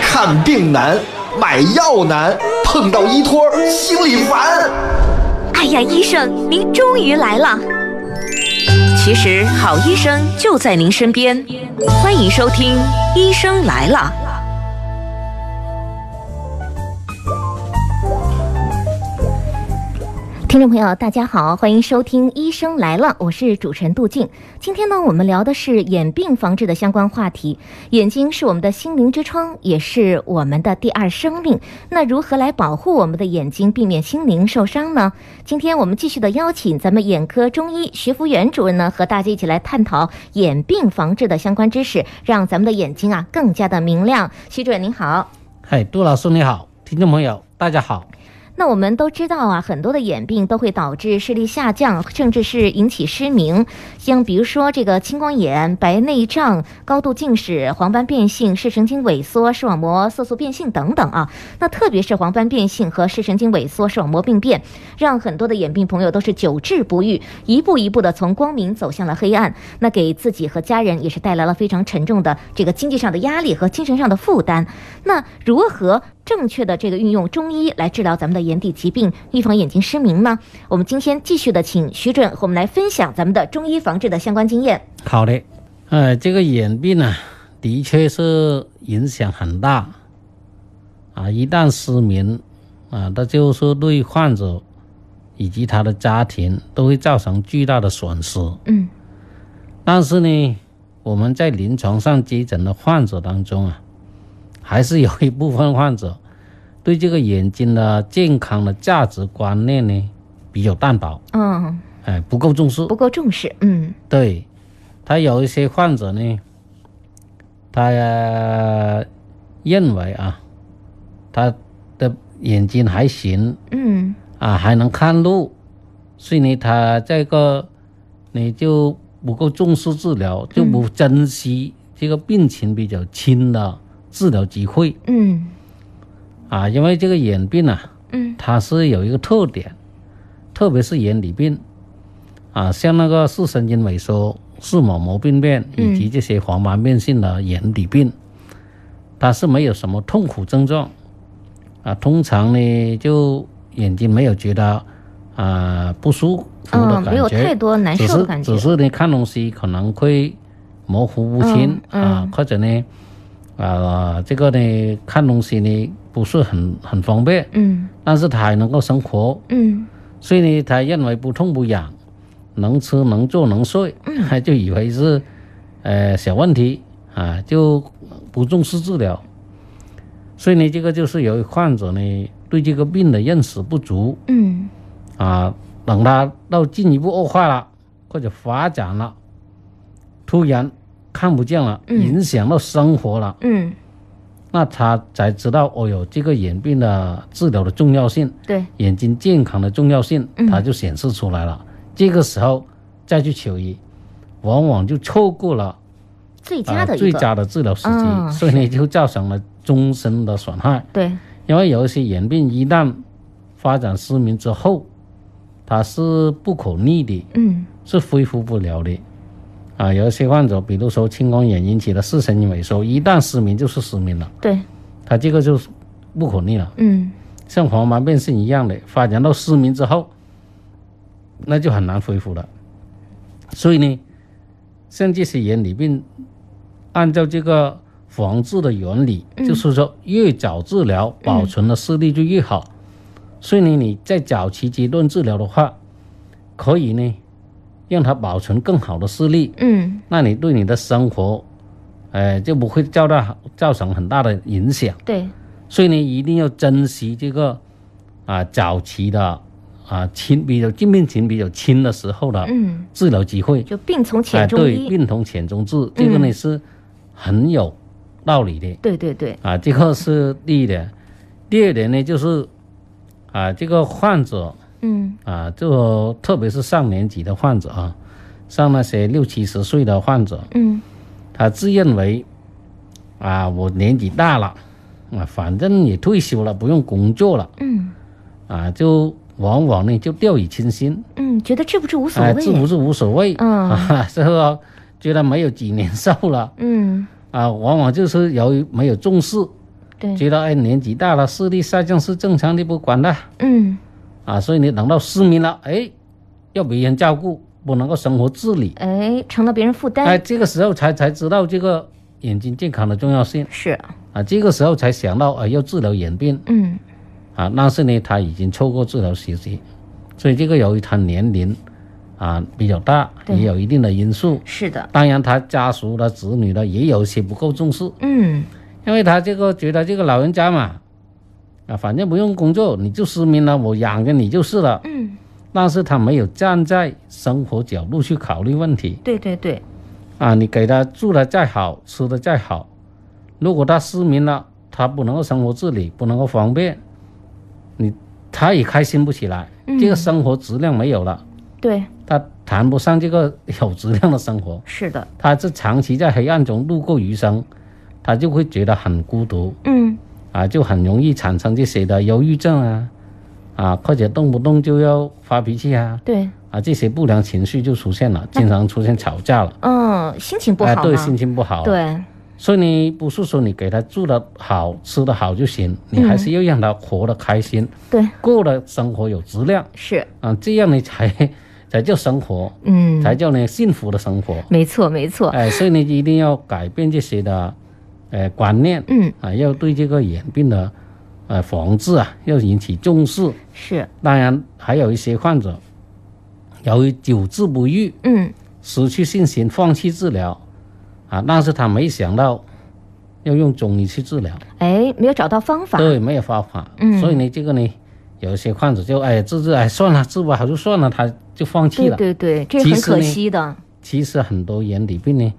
看病难，买药难，碰到医托儿心里烦。哎呀，医生，您终于来了！其实好医生就在您身边，欢迎收听《医生来了》。听众朋友，大家好，欢迎收听《医生来了》，我是主持人杜静。今天呢，我们聊的是眼病防治的相关话题。眼睛是我们的心灵之窗，也是我们的第二生命。那如何来保护我们的眼睛，避免心灵受伤呢？今天我们继续的邀请咱们眼科中医徐福元主任呢，和大家一起来探讨眼病防治的相关知识，让咱们的眼睛啊更加的明亮。徐主任您好。嗨，杜老师你好，听众朋友大家好。那我们都知道啊，很多的眼病都会导致视力下降，甚至是引起失明。像比如说这个青光眼、白内障、高度近视、黄斑变性、视神经萎缩、视网膜色素变性等等啊。那特别是黄斑变性和视神经萎缩、视网膜病变，让很多的眼病朋友都是久治不愈，一步一步的从光明走向了黑暗。那给自己和家人也是带来了非常沉重的这个经济上的压力和精神上的负担。那如何正确的这个运用中医来治疗咱们的眼底疾病，预防眼睛失明呢？我们今天继续的请徐主任和我们来分享咱们的中医防治的相关经验。好的，呃，这个眼病呢、的确是影响很大啊，一旦失明啊，那就是对患者以及他的家庭都会造成巨大的损失。嗯但是呢，我们在临床上接诊的患者当中啊，还是有一部分患者对这个眼睛的健康的价值观念呢比较淡薄，嗯，哎，不够重视。不够重视。嗯对，他有一些患者呢，他呃认为啊，他的眼睛还行嗯啊，还能看路，所以呢，他这个你就不够重视治疗，就不珍惜这个病情比较轻的治疗机会嗯啊，因为这个眼病啊，嗯它是有一个特点，特别是眼底病啊，像那个视神经萎缩、视网膜病变嗯以及这些黄斑变性的眼底病，它是没有什么痛苦症状啊，通常呢就眼睛没有觉得啊不舒服的嗯，没有感太觉，多难只受的是感觉只。是你看东西可能会模糊不清、嗯啊嗯，或者呢啊这个呢看东西呢不是很很方便。嗯但是他还能够生活，嗯所以呢，他认为不痛不痒，能吃能坐能睡，他 就以为是呃小问题啊，就不重视治疗。所以呢，这个就是由于患者呢对这个病的认识不足嗯啊，等他到进一步恶化了或者发展了，突然看不见了，嗯影响到生活了，嗯，那他才知道哦哟，这个眼病的治疗的重要性。对，眼睛健康的重要性嗯，它就显示出来了。这个时候再去求医，往往就错过了最佳呃的一最个。佳的治疗时机，嗯所以呢就造成了终身的损害。对，因为有一些眼病一旦发展失明之后，它是不可逆的，嗯是恢复不了的。啊，有一些患者，比如说青光眼引起的视神经萎缩，一旦失明就是失明了，对，它这个就是不可逆了。嗯像黄斑变性一样的，发展到失明之后，那就很难恢复了。所以呢，像这些眼底病，按照这个防治的原理，就是说越早治疗，保存的视力就越好。所以呢，你在早期阶段治疗的话，可以呢，让它保存更好的视力，嗯那你对你的生活，呃，就不会造到造成很大的影响。对，所以呢，一定要珍惜这个啊早期的啊轻比较病病情比较轻的时候的嗯，治疗机会，就病从啊浅中对，医，嗯病从浅中治，这个呢是很有道理的对对对，啊，这个是第一点，第二点呢就是啊这个患者嗯啊，就特别是上年纪的患者啊，像那些六七十岁的患者，嗯他自认为啊，我年纪大了，啊，反正也退休了，不用工作了，嗯啊，就往往呢就掉以轻心，嗯，觉得治不治无所啊，谓治，不治无所谓，嗯 啊，最后觉得没有几年寿了，嗯，啊，往往就是由于没有重视，对，觉得哎年纪大了视力下降是正常的，不管的，嗯，啊，所以你等到失明了，哎，要别人照顾，不能够生活自理，哎，成了别人负哎，担，这个时候才才知道这个眼睛健康的重要性。是，啊，这个时候才想到啊要治疗眼病嗯啊，但是呢他已经错过治疗时机，所以这个由于他年龄啊比较大，对也有一定的因素。是的，当然，他家属的子女呢也有些不够重视，嗯因为他这个觉得这个老人家嘛，啊反正不用工作，你就失明了，我养着你就是了。嗯，但是他没有站在生活角度去考虑问题对对对，啊，你给他住的再好，吃的再好，如果他失明了，他不能够生活自理，不能够方便，你他也开心不起来，嗯这个生活质量没有了，对，他谈不上这个有质量的生活，是的，他是长期在黑暗中度过余生，他就会觉得很孤独嗯啊，就很容易产生这些的忧郁症啊，啊，或者动不动就要发脾气啊，对，啊，这些不良情绪就出现了，经常出现吵架了，嗯，心情不啊，好对，嘛，心情不好，。对，所以你不是说你给他住的好、吃的好就行，嗯你还是要让他活得开心，对，过的生活有质量是，啊，这样你才 才叫生活，嗯，才叫呢幸福的生活。没错没错，哎，所以你一定要改变这些的，呃，观念嗯，啊，要对这个眼病的，呃，防治啊，要引起重视。是，当然，还有一些患者，由于久治不愈，嗯失去信心，放弃治疗，啊，但是他没想到要用中医去治疗，哎，没有找到方法，对，没有方法，嗯所以呢，这个呢，有些患者就哎治治哎算了，治不好就算了，他就放弃对了。对对，这其很实可呢惜的，其实很多眼底病呢，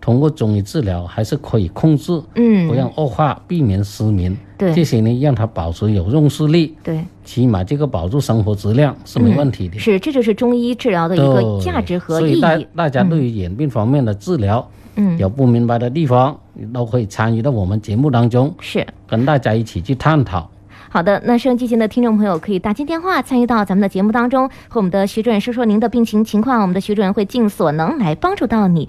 通过中医治疗还是可以控制，不嗯，让恶化，避免失明，这对些呢让他保持有用视力，对，起码这个保住生活质量是嗯没问题的。是，这就是中医治疗的一个对价值和所意以大义，大家对于眼病方面的治疗，嗯，有不明白的地方，都可以参与到我们节目当中，是。跟大家一起去探讨。好的，那收音机前的听众朋友可以打进电话参与到咱们的节目当中，和我们的徐主任说说您的病情情况，我们的徐主任会尽所能来帮助到你。